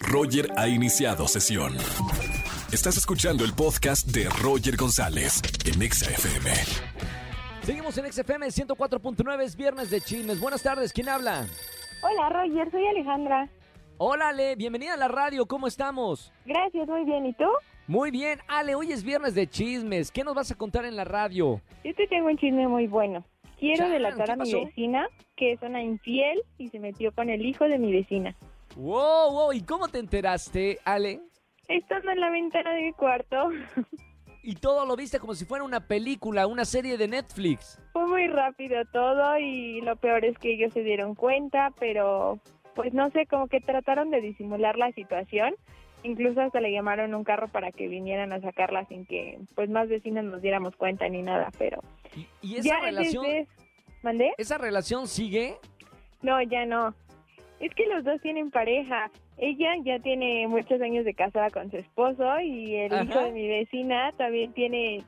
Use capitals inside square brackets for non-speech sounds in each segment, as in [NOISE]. Roger ha iniciado sesión. Estás escuchando el podcast de Roger González en Exa FM. Seguimos en XFM 104.9, es viernes de chismes. Buenas tardes, ¿quién habla? Hola Roger, soy Alejandra. Hola Ale, bienvenida a la radio, ¿cómo estamos? Gracias, muy bien. ¿Y tú? Muy bien, Ale, hoy es viernes de chismes. ¿Qué nos vas a contar en la radio? Yo te tengo un chisme muy bueno. Quiero Chan, delatar ¿qué a mi pasó? vecina que es una infiel y se metió con el hijo de mi vecina. Wow, wow, ¿y cómo te enteraste, Ale? Estando en la ventana de mi cuarto, [LAUGHS] Y todo lo viste como si fuera una película, una serie de Netflix. fue muy rápido todo y lo peor es que ellos se dieron cuenta, pero pues no sé, como que trataron de disimular la situación. Incluso hasta le llamaron un carro para que vinieran a sacarla sin que pues más vecinos nos diéramos cuenta ni nada, pero Y, y esa es relación, desde- ¿Mandé? esa relación sigue. No, ya no. Es que los dos tienen pareja. Ella ya tiene muchos años de casada con su esposo y el Ajá. hijo de mi vecina también tiene,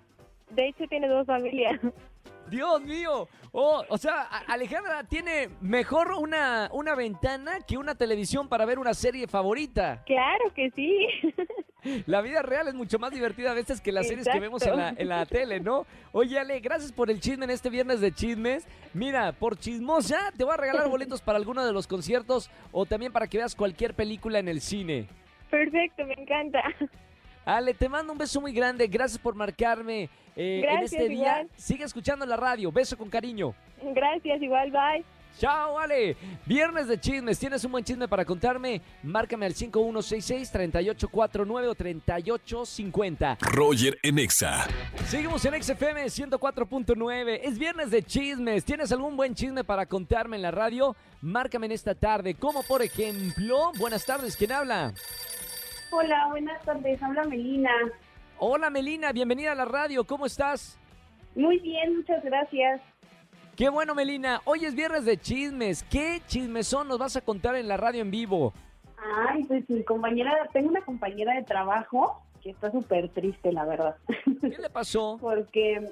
de hecho tiene dos familias. [LAUGHS] Dios mío. Oh, o sea, a- Alejandra tiene mejor una, una ventana que una televisión para ver una serie favorita. claro que sí. [LAUGHS] La vida real es mucho más divertida a veces que las series que Exacto. vemos en la, en la tele, ¿no? Oye, Ale, gracias por el chisme en este viernes de chismes. Mira, por chismosa, te voy a regalar [LAUGHS] boletos para alguno de los conciertos o también para que veas cualquier película en el cine. Perfecto, me encanta. Ale, te mando un beso muy grande. Gracias por marcarme eh, en Gracias, este día. igual. Sigue escuchando la radio. Beso con cariño. Gracias, igual, bye. Chao, Ale. Viernes de chismes. ¿Tienes un buen chisme para contarme? Márcame al 5166-3849 o 3850. Roger en Exa. Seguimos en XFM 104.9. Es viernes de chismes. ¿Tienes algún buen chisme para contarme en la radio? Márcame en esta tarde. Como por ejemplo, buenas tardes, ¿quién habla? Hola, buenas tardes, habla Melina. Hola Melina, bienvenida a la radio. ¿Cómo estás? Muy bien, muchas gracias. Qué bueno, Melina. Hoy es viernes de chismes. ¿Qué chismesón nos vas a contar en la radio en vivo? Ay, pues mi compañera, tengo una compañera de trabajo que está súper triste, la verdad, ¿Qué le pasó? [LAUGHS] porque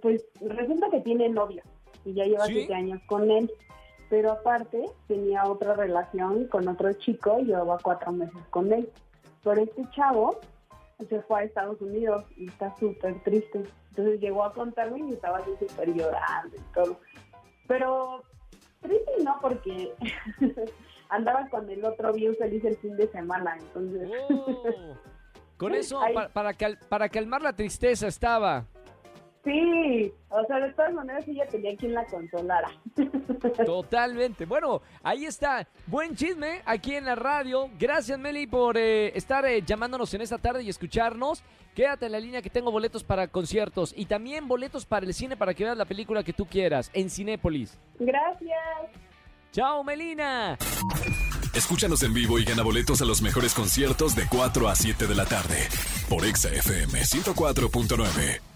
pues resulta que tiene novio y ya lleva ¿Sí? siete años con él, pero aparte tenía otra relación con otro chico, llevaba cuatro meses con él, pero este chavo se fue a Estados Unidos y está súper triste, entonces llegó a contarme y estaba así súper llorando y todo, pero triste no porque [LAUGHS] andaba con el otro bien feliz el fin de semana, entonces... Oh. Con eso, Ay. pa- para, cal- para calmar la tristeza estaba. Sí, o sea, de todas maneras ella tenía quien la consolara. Totalmente. Bueno, ahí está. Buen chisme aquí en la radio. Gracias, Meli, por eh, estar eh, llamándonos en esta tarde y escucharnos. Quédate en la línea que tengo boletos para conciertos y también boletos para el cine para que veas la película que tú quieras en Cinépolis. Gracias. ¡Chao, Melina! Escúchanos en vivo y gana boletos a los mejores conciertos de 4 a 7 de la tarde por Exa FM 104.9.